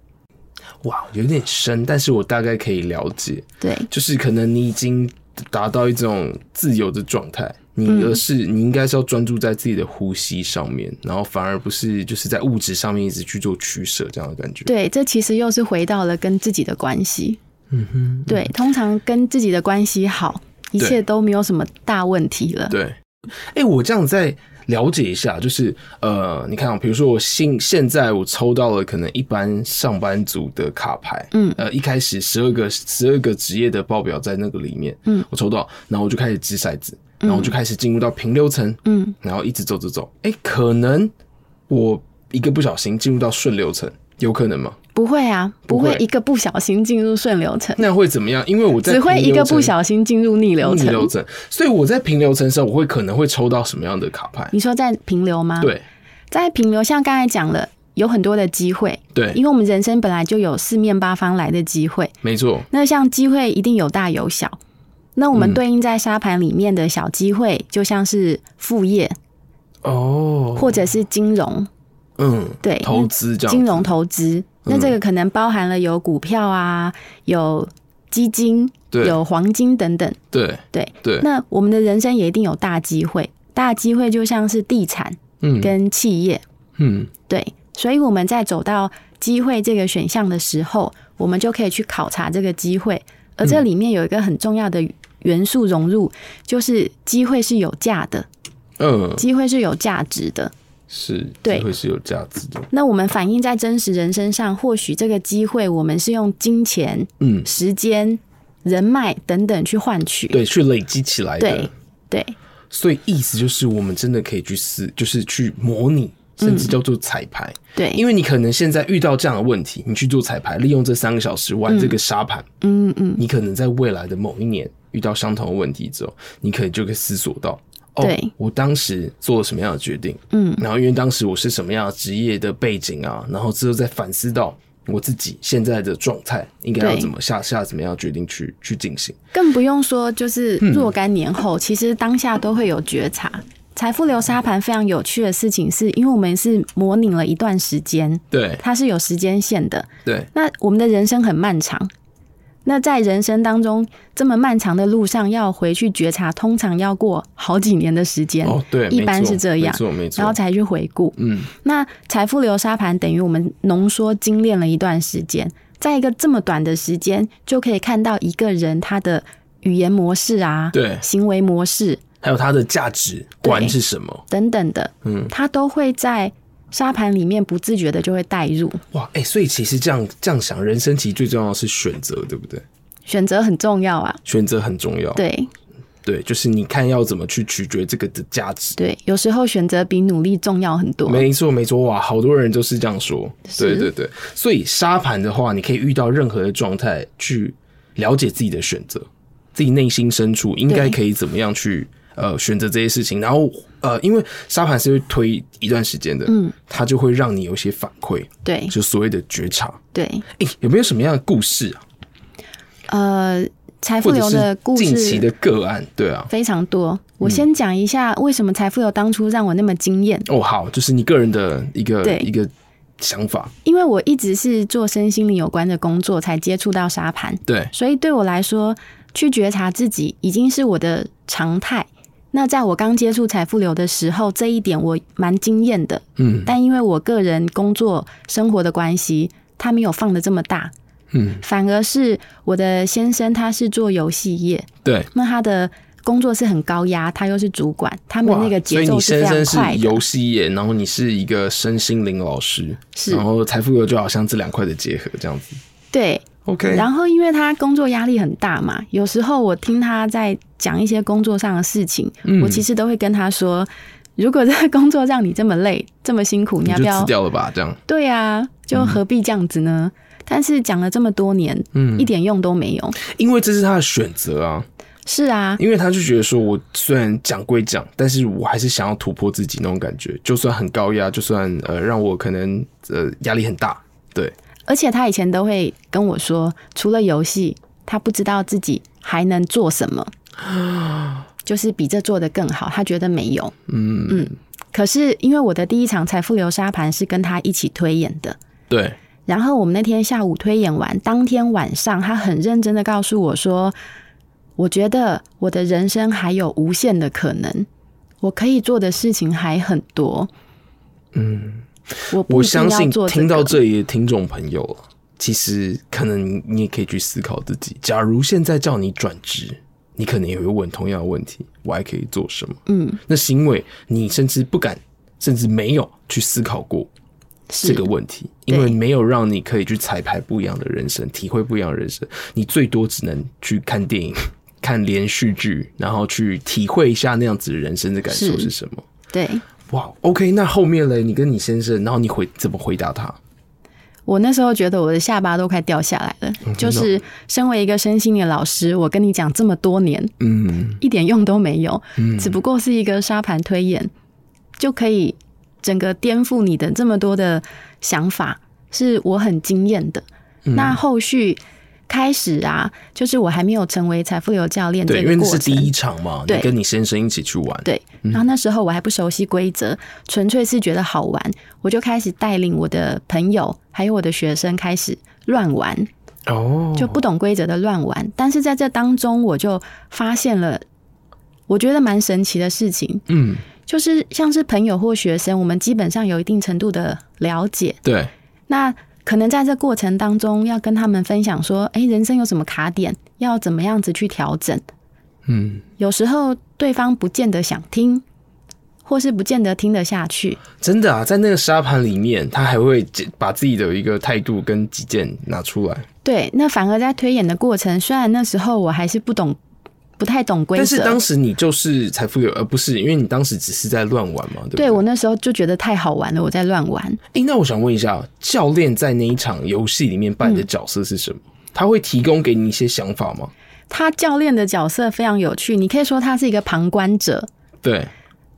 Speaker 3: 哇，有点深，但是我大概可以了解，
Speaker 4: 对，
Speaker 3: 就是可能你已经达到一种自由的状态，你
Speaker 4: 嗯
Speaker 3: 而是、你应该是要专注在自己的呼吸上面，然后反而不是就是在物质上面一直去做取舍这样的感觉。
Speaker 4: 对，这其实又是回到了跟自己的关系。
Speaker 3: 嗯哼，
Speaker 4: 对，通常跟自己的关系好，一
Speaker 3: 对
Speaker 4: 切都没有什么大问题了。
Speaker 3: 对，哎、我这样再了解一下，就是呃，你看、啊，比如说我现现在我抽到了可能一般上班族的卡牌，
Speaker 4: 嗯
Speaker 3: 呃，一开始十二个十二个职业的报表在那个里面，
Speaker 4: 嗯，
Speaker 3: 我抽到，然后我就开始掷骰子，然后我就开始进入到平流层，
Speaker 4: 嗯，
Speaker 3: 然后一直走走走，哎、可能我一个不小心进入到顺流层，有可能吗？
Speaker 4: 不会啊，
Speaker 3: 不
Speaker 4: 不会
Speaker 3: 会
Speaker 4: 一个不小心进入顺流程，
Speaker 3: 那会怎么样？因为我在
Speaker 4: 只会
Speaker 3: 平
Speaker 4: 一个
Speaker 3: 流层
Speaker 4: 不小心进入逆流
Speaker 3: 逆
Speaker 4: 程。
Speaker 3: 流层，所以我在平流层上，我会可能会抽到什么样的卡牌？
Speaker 4: 你说在平流吗？，
Speaker 3: 对
Speaker 4: 在平流，像刚才讲了，有很多的机会，
Speaker 3: 对
Speaker 4: 因，为我们人生本来就有四面八方来的机会。
Speaker 3: 没错，
Speaker 4: 那像机会一定有大有小，那我们对应在沙盘里面的小机会，就像是副业
Speaker 3: 哦，
Speaker 4: 或者是金融，
Speaker 3: 嗯，
Speaker 4: 对，
Speaker 3: 投资这样子，
Speaker 4: 金融投资，
Speaker 3: 嗯
Speaker 4: 那这个可能包含了有股票啊，有基金，
Speaker 3: 对
Speaker 4: 有黄金等等。
Speaker 3: 对
Speaker 4: 对，
Speaker 3: 对，
Speaker 4: 那我们的人生也一定有大机会，大机会就像是地产
Speaker 3: 嗯
Speaker 4: 跟企业，
Speaker 3: 嗯，
Speaker 4: 对，所以我们在走到机会这个选项的时候，我们就可以去考察这个机会，
Speaker 3: 嗯
Speaker 4: 而这里面有一个很重要的元素融入，就是机会是有价的，
Speaker 3: 嗯，
Speaker 4: 机会是有价值的。
Speaker 3: 是，
Speaker 4: 对
Speaker 3: 会是有价值的，
Speaker 4: 那我们反映在真实人身上，或许这个机会我们是用金钱、
Speaker 3: 嗯，
Speaker 4: 时间、人脉等等去换取。
Speaker 3: 对，去累积起来的
Speaker 4: 对，对
Speaker 3: 所以意思就是我们真的可以去思，就是去模拟，甚
Speaker 4: 嗯
Speaker 3: 至叫做彩排，
Speaker 4: 对，
Speaker 3: 因为你可能现在遇到这样的问题，你去做彩排，利用这三个小时玩这个沙盘，
Speaker 4: 嗯嗯，
Speaker 3: 你可能在未来的某一年遇到相同的问题之后，你可能就可以思索到。哦
Speaker 4: 对，
Speaker 3: 我当时做了什么样的决定？
Speaker 4: 嗯，
Speaker 3: 然后因为当时我是什么样的职业的背景啊，然后之后再反思到我自己现在的状态，应该要
Speaker 4: 对
Speaker 3: 怎么下下怎么样的决定去去进行。
Speaker 4: 更不用说就是
Speaker 3: 嗯
Speaker 4: 若干年后，其实当下都会有觉察。财富流沙盘非常有趣的事情是，因为我们是模拟了一段时间，
Speaker 3: 对
Speaker 4: 它是有时间线的。
Speaker 3: 对，
Speaker 4: 那我们的人生很漫长，那在人生当中这么漫长的路上，要回去觉察，通常要过好几年的时间。
Speaker 3: 哦对，
Speaker 4: 一般
Speaker 3: 没错
Speaker 4: 是这样
Speaker 3: 没错没错。
Speaker 4: 然后才去回顾。
Speaker 3: 嗯，
Speaker 4: 那财富流沙盘等于我们浓缩精炼了一段时间，在一个这么短的时间，就可以看到一个人他的语言模式啊，
Speaker 3: 对
Speaker 4: 行为模式
Speaker 3: 还有它的价值观是什么？
Speaker 4: 等等的，
Speaker 3: 嗯，
Speaker 4: 他都会在沙盘里面不自觉的就会带入。
Speaker 3: 哇，哎、所以其实这样这样想，人生其实最重要的是选择，对不对？
Speaker 4: 选择很重要啊，
Speaker 3: 选择很重要。
Speaker 4: 对
Speaker 3: 对，就是你看要怎么去取决这个的价值。
Speaker 4: 对，有时候选择比努力重要很多。
Speaker 3: 没错，没错，哇，好多人都是这样说。对
Speaker 4: 是
Speaker 3: 对对，所以沙盘的话，你可以遇到任何的状态去了解自己的选择，自己内心深处应该
Speaker 4: 对
Speaker 3: 可以怎么样去呃选择这些事情。然后呃，因为沙盘是会推一段时间的，
Speaker 4: 嗯，
Speaker 3: 它就会让你有一些反馈，
Speaker 4: 对
Speaker 3: 就所谓的觉察。
Speaker 4: 对，
Speaker 3: 诶，有没有什么样的故事啊，
Speaker 4: 呃，财富
Speaker 3: 或者
Speaker 4: 流的
Speaker 3: 是
Speaker 4: 故
Speaker 3: 近期
Speaker 4: 事
Speaker 3: 的个案？对啊，
Speaker 4: 非常多。我先讲一下为什么财富流当初让我那么惊艳。
Speaker 3: 哦，好，就是你个人的一个
Speaker 4: 对
Speaker 3: 一个想法，
Speaker 4: 因为我一直是做身心灵有关的工作，才接触到沙盘，
Speaker 3: 对，
Speaker 4: 所以对我来说，去觉察自己已经是我的常态。那在我刚接触财富流的时候，这一点我蛮惊艳的，
Speaker 3: 嗯
Speaker 4: 但因为我个人工作生活的关系，它没有放的这么大，
Speaker 3: 嗯，
Speaker 4: 反而是我的先生他是做游戏业，
Speaker 3: 对。
Speaker 4: 那他的工作是很高压，他又是主管，他们
Speaker 3: 哇，
Speaker 4: 那个
Speaker 3: 所
Speaker 4: 节
Speaker 3: 以
Speaker 4: 奏
Speaker 3: 你
Speaker 4: 是非
Speaker 3: 先
Speaker 4: 常
Speaker 3: 生是
Speaker 4: 快的。
Speaker 3: 游戏业，然后你是一个身心灵老师，
Speaker 4: 是
Speaker 3: 然后财富流就好像这两块的结合这样子。
Speaker 4: 对，
Speaker 3: OK，
Speaker 4: 然后因为他工作压力很大嘛，有时候我听他在讲一些工作上的事情，
Speaker 3: 嗯
Speaker 4: 我其实都会跟他说，如果这个工作让你这么累、 这么辛苦，你
Speaker 3: 你
Speaker 4: 要
Speaker 3: 就辞
Speaker 4: 不要？
Speaker 3: 掉了嗯吧，这样。
Speaker 4: 对啊，就何必这样子呢？但是讲了这么多年，
Speaker 3: 嗯
Speaker 4: 一点用都没有。
Speaker 3: 因为这是他的选择啊，
Speaker 4: 是啊，
Speaker 3: 因为他就觉得说，我虽然讲归讲，但是我还是想要突破自己那种感觉，就算很高压，就算呃让我可能呃压力很大，对，
Speaker 4: 而且他以前都会跟我说，除了游戏，他不知道自己还能做什 么，就是比这做的更好，他觉得没有。
Speaker 3: 嗯
Speaker 4: 嗯，可是因为我的第一场财富流沙盘是跟他一起推演的，
Speaker 3: 对，
Speaker 4: 然后我们那天下午推演完，当天晚上他很认真的告诉我说：“我觉得我的人生还有无限的可能，我可以做的事情还很多。”嗯，我不
Speaker 3: 我
Speaker 4: 一定
Speaker 3: 相
Speaker 4: 要
Speaker 3: 信
Speaker 4: 做、这个、
Speaker 3: 听到这里的听众朋友啊，其实可能你也可以去思考自己，假如现在叫你转职，你可能也会问同样的问题：我还可以做什么？
Speaker 4: 嗯，
Speaker 3: 那是因为你甚至不敢，甚至没有去思考过
Speaker 4: 是
Speaker 3: 这个问题，因为没有让你可以去彩排不一样的人生，体会不一样的人生。你最多只能去看电影、 看连续剧，然后去体会一下那样子的人生的感受
Speaker 4: 是
Speaker 3: 是什么。
Speaker 4: 对。
Speaker 3: 哇，OK，那后面嘞，你跟你先生，然后你回怎么回答他？
Speaker 4: 我那时候觉得我的下巴都快掉下来了，
Speaker 3: 哦
Speaker 4: 就是身为一个身心灵老师，我跟你讲这么多年，
Speaker 3: 嗯，
Speaker 4: 一点用都没有，只不过是一个沙盘推演，就可以整个颠覆你的这么多的想法，是我很惊艳的。
Speaker 3: 嗯
Speaker 4: 那后续开始啊，就是我还没有成为财富流教练
Speaker 3: 对，
Speaker 4: 这
Speaker 3: 因为
Speaker 4: 个
Speaker 3: 那
Speaker 4: 过
Speaker 3: 是第
Speaker 4: 程，
Speaker 3: 一场嘛，你
Speaker 4: 对
Speaker 3: 跟你先生一起去玩，
Speaker 4: 对，然后那时候我还不熟悉规则，纯粹是觉得好玩，我就开始带领我的朋友还有我的学生开始乱玩，
Speaker 3: 哦，
Speaker 4: 就不懂规则的乱玩。但是在这当中，我就发现了我觉得蛮神奇的事情，
Speaker 3: 嗯，
Speaker 4: 就是像是朋友或学生，我们基本上有一定程度的了解，
Speaker 3: 对，
Speaker 4: 那可能在这过程当中，要跟他们分享说，诶，人生有什么卡点，要怎么样子去调整。
Speaker 3: 嗯，
Speaker 4: 有时候对方不见得想听，或是不见得听得下去，
Speaker 3: 真的啊，在那个沙盘里面，他还会解把自己的一个态度跟己见拿出来，
Speaker 4: 对，那反而在推演的过程，虽然那时候我还是不懂。不太懂规则，
Speaker 3: 但是当时你就是财富流，而、不是因为你当时只是在乱玩嘛，对不对？
Speaker 4: 对我那时候就觉得太好玩了，我在乱玩。
Speaker 3: 诶那我想问一下，教练在那一场游戏里面扮演的角色是什么？他会提供给你一些想法吗？
Speaker 4: 他教练的角色非常有趣，你可以说他是一个旁观者，
Speaker 3: 对，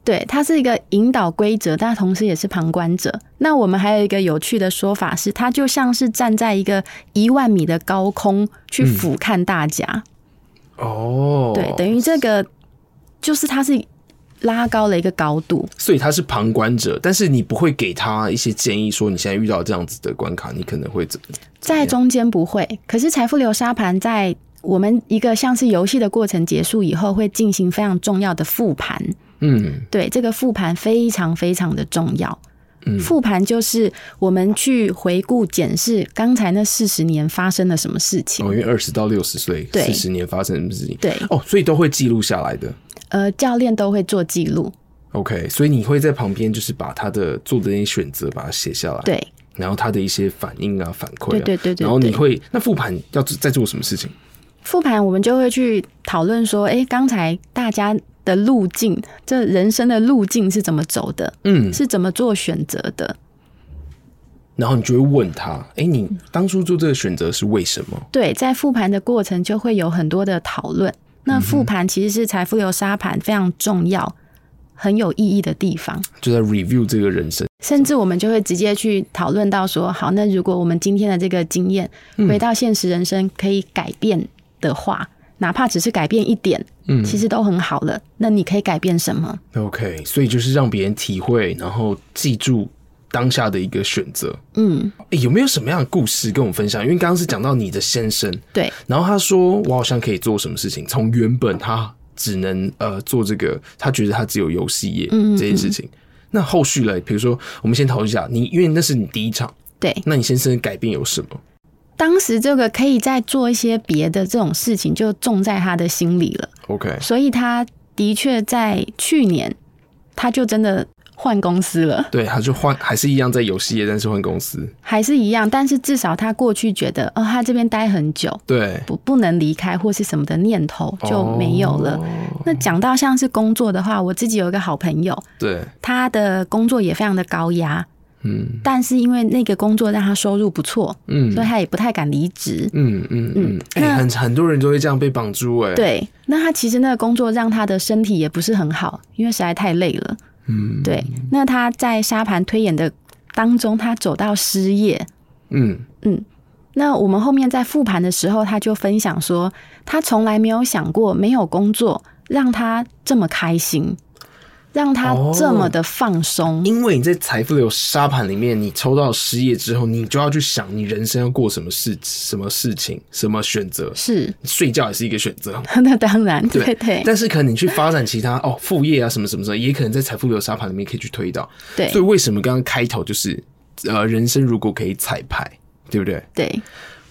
Speaker 4: 对，他是一个引导规则，但同时也是旁观者。那我们还有一个有趣的说法是，他就像是站在一个一万米的高空去俯瞰大家，
Speaker 3: 哦，
Speaker 4: 对，等于这个就是他是拉高了一个高度，
Speaker 3: 所以他是旁观者，但是你不会给他一些建议，说你现在遇到这样子的关卡，你可能会怎么？
Speaker 4: 在中间不会，可是财富流沙盘在我们一个像是游戏的过程结束以后，会进行非常重要的复盘。
Speaker 3: 嗯，
Speaker 4: 对，这个复盘非常非常的重要。
Speaker 3: 嗯
Speaker 4: 复盘就是我们去回顾、检视刚才那四十年发生了什么事情。
Speaker 3: 哦，因为二十到六十岁，
Speaker 4: 对
Speaker 3: 四十年发生什么事情？
Speaker 4: 对
Speaker 3: 哦，所以都会记录下来的。
Speaker 4: 呃，教练都会做记录，
Speaker 3: OK，所以你会在旁边就是把他的做的那些选择把它写下来，，
Speaker 4: 对，
Speaker 3: 然后他的一些反应啊、反馈、啊，
Speaker 4: 对对对对
Speaker 3: 然后你
Speaker 4: 对
Speaker 3: 会那复盘要做在做什么事情？
Speaker 4: 复盘我们就会去讨论说，诶，刚才大家的路径，这人生的路径是怎么走的，
Speaker 3: 嗯，
Speaker 4: 是怎么做选择的？
Speaker 3: 然后你就会问他，哎、你当初做这个选择是为什么？
Speaker 4: 对，在复盘的过程就会有很多的讨论。那复盘其实是财富流沙盘非常重要、很有意义的地方。
Speaker 3: 就在 review 这个人生。
Speaker 4: 甚至我们就会直接去讨论到说，好，那如果我们今天的这个经验回到现实人生可以改变的话，哪怕只是改变一点，
Speaker 3: 嗯
Speaker 4: 其实都很好了。那你可以改变什么？
Speaker 3: OK，所以就是让别人体会，然后记住当下的一个选择。
Speaker 4: 嗯，
Speaker 3: 诶有没有什么样的故事跟我们分享？因为刚刚是讲到你的先生，
Speaker 4: 对，
Speaker 3: 然后他说我好像可以做什么事情，从原本他只能呃做这个，他觉得他只有游戏业
Speaker 4: 嗯
Speaker 3: 这件事情。那后续嘞，比如说我们先讨论一下，你因为那是你第一场，
Speaker 4: 对。
Speaker 3: 那你先生的改变有什么？
Speaker 4: 当时这个可以再做一些别的这种事情，就种在他的心里了。
Speaker 3: OK，
Speaker 4: 所以他的确在去年，他就真的换公司了，
Speaker 3: 对，他就换还是一样在游戏业，但是换公司。
Speaker 4: 还是一样。但是至少他过去觉得，哦，他这边待很久，
Speaker 3: 对，
Speaker 4: 不不能离开或是什么的念头就没有了。
Speaker 3: 哦
Speaker 4: 那讲到像是工作的话，我自己有一个好朋友，
Speaker 3: 对，
Speaker 4: 他的工作也非常的高压，
Speaker 3: 嗯
Speaker 4: 但是因为那个工作让他收入不错，
Speaker 3: 嗯
Speaker 4: 所以他也不太敢离职。
Speaker 3: 嗯嗯嗯
Speaker 4: 嗯，
Speaker 3: 哎、
Speaker 4: 那
Speaker 3: 很很多人都会这样被绑住、诶哎，，
Speaker 4: 对，那他其实那个工作让他的身体也不是很好，因为实在太累了。
Speaker 3: 嗯，
Speaker 4: 对，那他在沙盘推演的当中，他走到失业，
Speaker 3: 嗯，
Speaker 4: 那我们后面在复盘的时候，他就分享说，他从来没有想过没有工作让他这么开心，让他
Speaker 3: 哦
Speaker 4: 这么的放松。
Speaker 3: 因为你在财富流沙盘里面，你抽到失业之后，你就要去想你人生要过什么事、什么事情、什么选择。
Speaker 4: 是，
Speaker 3: 睡觉也是一个选择，
Speaker 4: 那当然，对对
Speaker 3: 但是可能你去发展其他 哦副业啊什么什么什么，也可能在财富流沙盘里面可以去推到。
Speaker 4: 对
Speaker 3: 所以为什么刚刚开头就是呃人生如果可以彩排，对不对？
Speaker 4: 对。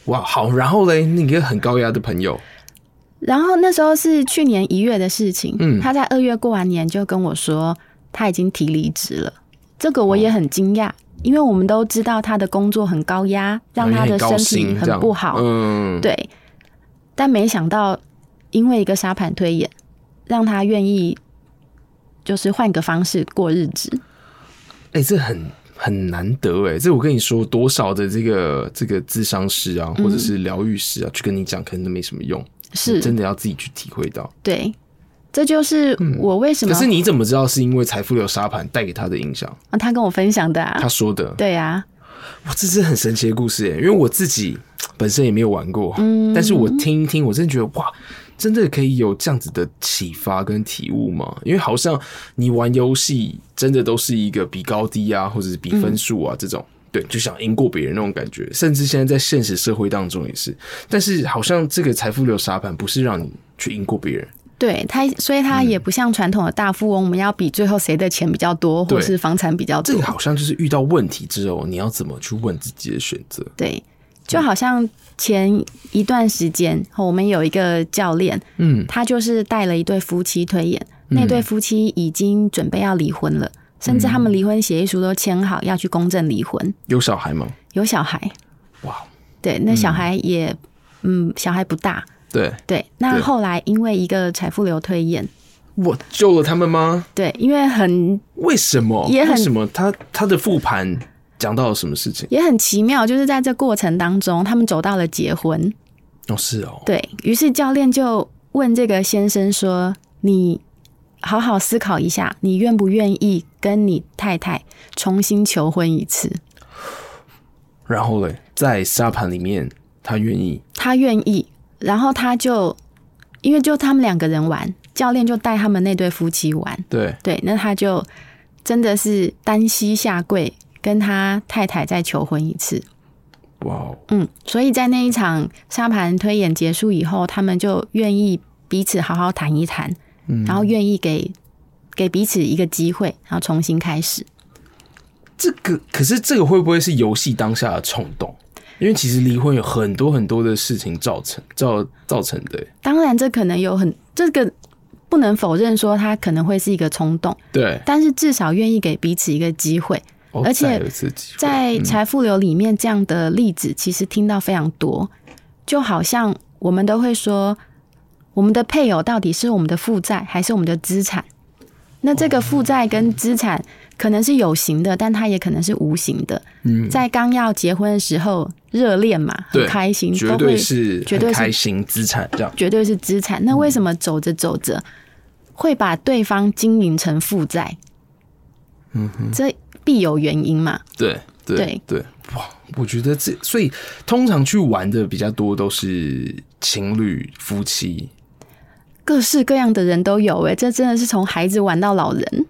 Speaker 3: 哇，好，然后嘞，那个很高压的朋友，
Speaker 4: 然后那时候是去年一月的事情，
Speaker 3: 嗯
Speaker 4: 他在二月过完年就跟我说他已经提离职了，这个我也很惊讶，因为我们都知道他的工作很高压，让他的
Speaker 3: 哦很高
Speaker 4: 身
Speaker 3: 兴
Speaker 4: 体
Speaker 3: 这
Speaker 4: 很
Speaker 3: 样
Speaker 4: 不好，
Speaker 3: 嗯，
Speaker 4: 对。但没想到因为一个沙盘推演，让他愿意就是换个方式过日子，
Speaker 3: 哎、这很很难得哎，这我跟你说，多少的这个这个智商师啊，或者是疗愈师啊，去跟你讲，可能都没什么用，
Speaker 4: 嗯是
Speaker 3: 真的要自己去体会到。
Speaker 4: 对。这就是我为什
Speaker 3: 嗯可
Speaker 4: 么、
Speaker 3: 是你怎么知道是因为财富流沙盘带给他的影响？
Speaker 4: 啊他跟我分享的啊
Speaker 3: 他，说的，
Speaker 4: 对啊，
Speaker 3: 哇，哦这是很神奇的故事耶，因为我自己本身也没有玩过，但是我听一听，我真的觉得哇，真的可以有这样子的启发跟体悟吗？因为好像你玩游戏，真的都是一个比高低啊，或者是比分数啊、这种。对，就想赢过别人那种感觉，甚至现在在现实社会当中也是。但是好像这个财富流沙盘不是让你去赢过别人，
Speaker 4: 对他，所以
Speaker 3: 嗯
Speaker 4: 他也不像传统的大富翁，我们要比最后谁的钱比较多，
Speaker 3: 对
Speaker 4: 或是房产比较
Speaker 3: 这
Speaker 4: 多
Speaker 3: 个。好像就是遇到问题之后，你要怎么去问自己的选择。
Speaker 4: 对，就好像前一段时间，我们有一个教练，
Speaker 3: 嗯，
Speaker 4: 他就是带了一对夫妻推演，那对夫妻已经准备要离婚
Speaker 3: 嗯
Speaker 4: 了，甚至他们离婚协议书都签好，要去公证离婚，
Speaker 3: 有小孩吗？
Speaker 4: 有小孩。
Speaker 3: 哇，
Speaker 4: 对，那小孩也，嗯小孩不大。
Speaker 3: 对，
Speaker 4: 对，那
Speaker 3: 对
Speaker 4: 后来因为一个财富流推演，
Speaker 3: 我救了他们吗？
Speaker 4: 对，因为很
Speaker 3: 为什么？
Speaker 4: 也很
Speaker 3: 为什么他他的复盘讲到了什么事情？
Speaker 4: 也很奇妙，就是在这过程当中，他们走到了结婚。
Speaker 3: 哦，是哦，
Speaker 4: 对于是教练就问这个先生说：“你好好思考一下，你愿不愿意跟你太太重新求婚一次
Speaker 3: 然后嘞，在沙盘里面，他愿意？”
Speaker 4: 他愿意，然后他就因为就他们两个人玩，教练就带他们那对夫妻玩。
Speaker 3: 对，
Speaker 4: 对，那他就真的是单膝下跪跟他太太再求婚一次。
Speaker 3: 哇哦，
Speaker 4: 嗯，所以在那一场沙盘推演结束以后，他们就愿意彼此好好谈一谈，然后愿意给给彼此一个机会，然后重新开始。
Speaker 3: 这个可是这个会不会是游戏当下的冲动？因为其实离婚有很多很多的事情造成造造成的耶，
Speaker 4: 当然，这可能有很这个不能否认说他可能会是一个冲动，
Speaker 3: 对，
Speaker 4: 但是至少愿意给彼此一个机会。
Speaker 3: 哦
Speaker 4: 而且
Speaker 3: 再有一次机会
Speaker 4: 在财富流里面，这样的例子其实听到非常多，就好像我们都会说，我们的配偶到底是我们的负债还是我们的资产？那这个负债跟资产可能是有形的，但它也可能是无形的。嗯，在刚要结婚的时候，热恋嘛，很
Speaker 3: 对
Speaker 4: 开心，
Speaker 3: 绝
Speaker 4: 都
Speaker 3: 对
Speaker 4: 会
Speaker 3: 是
Speaker 4: 绝
Speaker 3: 很
Speaker 4: 对
Speaker 3: 开
Speaker 4: 是
Speaker 3: 心资产这样，
Speaker 4: 绝对是资产。那为什么走着走着会把对方经营成负债？嗯，这必有原因嘛？
Speaker 3: 对对
Speaker 4: 对
Speaker 3: 对，哇！我觉得这所以通常去玩的比较多都是情侣夫妻，
Speaker 4: 各式各样的人都有诶、这真的是从孩子玩到老人，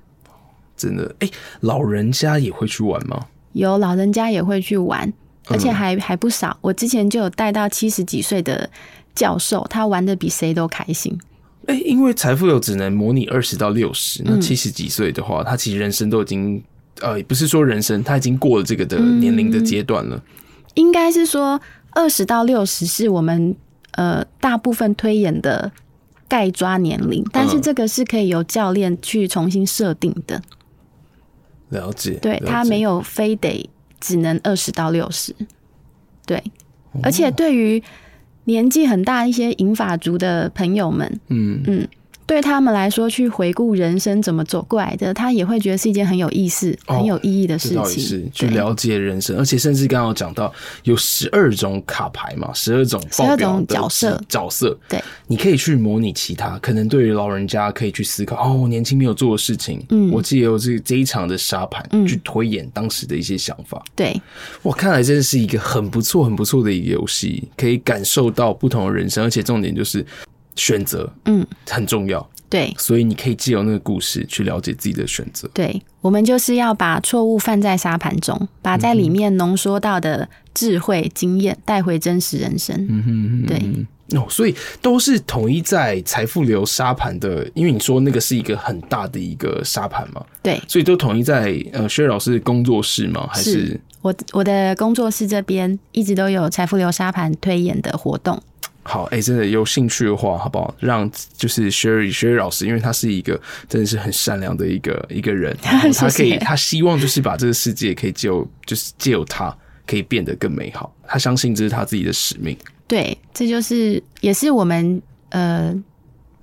Speaker 3: 真的，哎、老人家也会去玩吗？
Speaker 4: 有老人家也会去玩，而且还还不少。我之前就有带到七十几岁的教授，他玩的比谁都开心。
Speaker 3: 哎、因为财富流只能模拟二十到六十，
Speaker 4: 嗯
Speaker 3: 那七十几岁的话，他其实人生都已经呃，不是说人生，他已经过了这个的
Speaker 4: 嗯
Speaker 3: 年龄的阶段了。
Speaker 4: 应该是说二十到六十是我们呃大部分推演的盖抓年龄，但是这个是可以由教练去重新设定的，
Speaker 3: 了解，
Speaker 4: 对他没
Speaker 3: 有
Speaker 4: 有非得只能二十到六十，对，
Speaker 3: 哦
Speaker 4: 而且对于年纪很大一些银发族的朋友们，
Speaker 3: 嗯
Speaker 4: 嗯，对他们来说，去回顾人生怎么走过来的，他也会觉得是一件很有意思、
Speaker 3: 哦
Speaker 4: 很有意义的事
Speaker 3: 这倒也
Speaker 4: 情。
Speaker 3: 是去
Speaker 4: 对
Speaker 3: 了解人生，而且甚至刚刚有讲到有十二种卡牌嘛，十二种报
Speaker 4: 12
Speaker 3: 表
Speaker 4: 种
Speaker 3: 的
Speaker 4: 角色
Speaker 3: 角色，
Speaker 4: 对，
Speaker 3: 你可以去模拟其他，可能对于老人家可以去思考哦，我年轻没有做的事情，
Speaker 4: 嗯
Speaker 3: 我自己有这这一场的沙盘，
Speaker 4: 嗯
Speaker 3: 去推演当时的一些想法。
Speaker 4: 对，
Speaker 3: 哇，看来真的是一个很不错、很不错的一个游戏，可以感受到不同的人生，而且重点就是选择
Speaker 4: 嗯，
Speaker 3: 很重要，
Speaker 4: 对，
Speaker 3: 所以你可以借由那个故事去了解自己的选择。
Speaker 4: 对，我们就是要把错误放在沙盘中，把在
Speaker 3: 嗯
Speaker 4: 里面浓缩到的智慧经验带回真实人生。嗯哼，对，
Speaker 3: 哦，所以都是统一在财富流沙盘的，因为你说那个是一个很大的一个沙盘嘛，
Speaker 4: 对，
Speaker 3: 所以都统一在呃薛老师的工作室吗？还是
Speaker 4: 是我我的工作室这边一直都有财富流沙盘推演的活动。
Speaker 3: 好，哎、真的有兴趣的话，好不好？让就是 Sherry Sherry 老师，因为他是一个真的是很善良的一个一个 人，然后他可以
Speaker 4: 谢谢
Speaker 3: 他希望就是把这个世界可以借由就是借由他可以变得更美好，他相信这是他自己的使命。
Speaker 4: 对，这就是也是我们呃，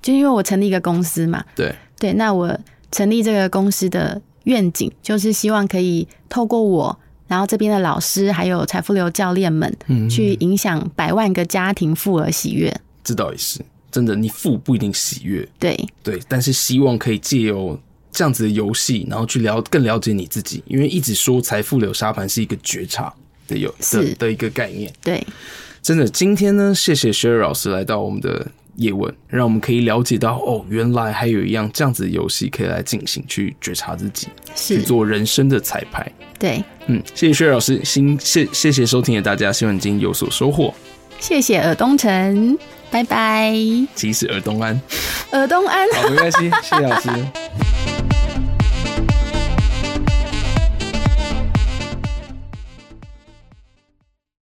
Speaker 4: 就因为我成立一个公司嘛，
Speaker 3: 对，
Speaker 4: 对，那我成立这个公司的愿景就是希望可以透过我，然后这边的老师还有财富流教练们，
Speaker 3: 嗯
Speaker 4: 去影响百万个家庭富而喜悦。
Speaker 3: 这倒也是真的，你富不一定喜悦，
Speaker 4: 对，
Speaker 3: 对，但是希望可以借由这样子的游戏，然后去了更了解你自己，因为一直说财富流沙盘是一个觉察的有的
Speaker 4: 是
Speaker 3: 的一个概念。
Speaker 4: 对，
Speaker 3: 真的，今天呢，谢谢 Sherry 老师来到我们的叶问，让我们可以了解到哦，原来还有一样这样子的游戏可以来进行，去觉察自己，去
Speaker 4: 是，
Speaker 3: 做人生的彩排。
Speaker 4: 对，
Speaker 3: 嗯，谢谢 Sherry 老师，新谢谢谢收听的大家，希望你今天有所收获。
Speaker 4: 谢谢尔东城，拜拜，
Speaker 3: 其实尔东安，
Speaker 4: 尔东安。
Speaker 3: 好，没关系，谢谢老师。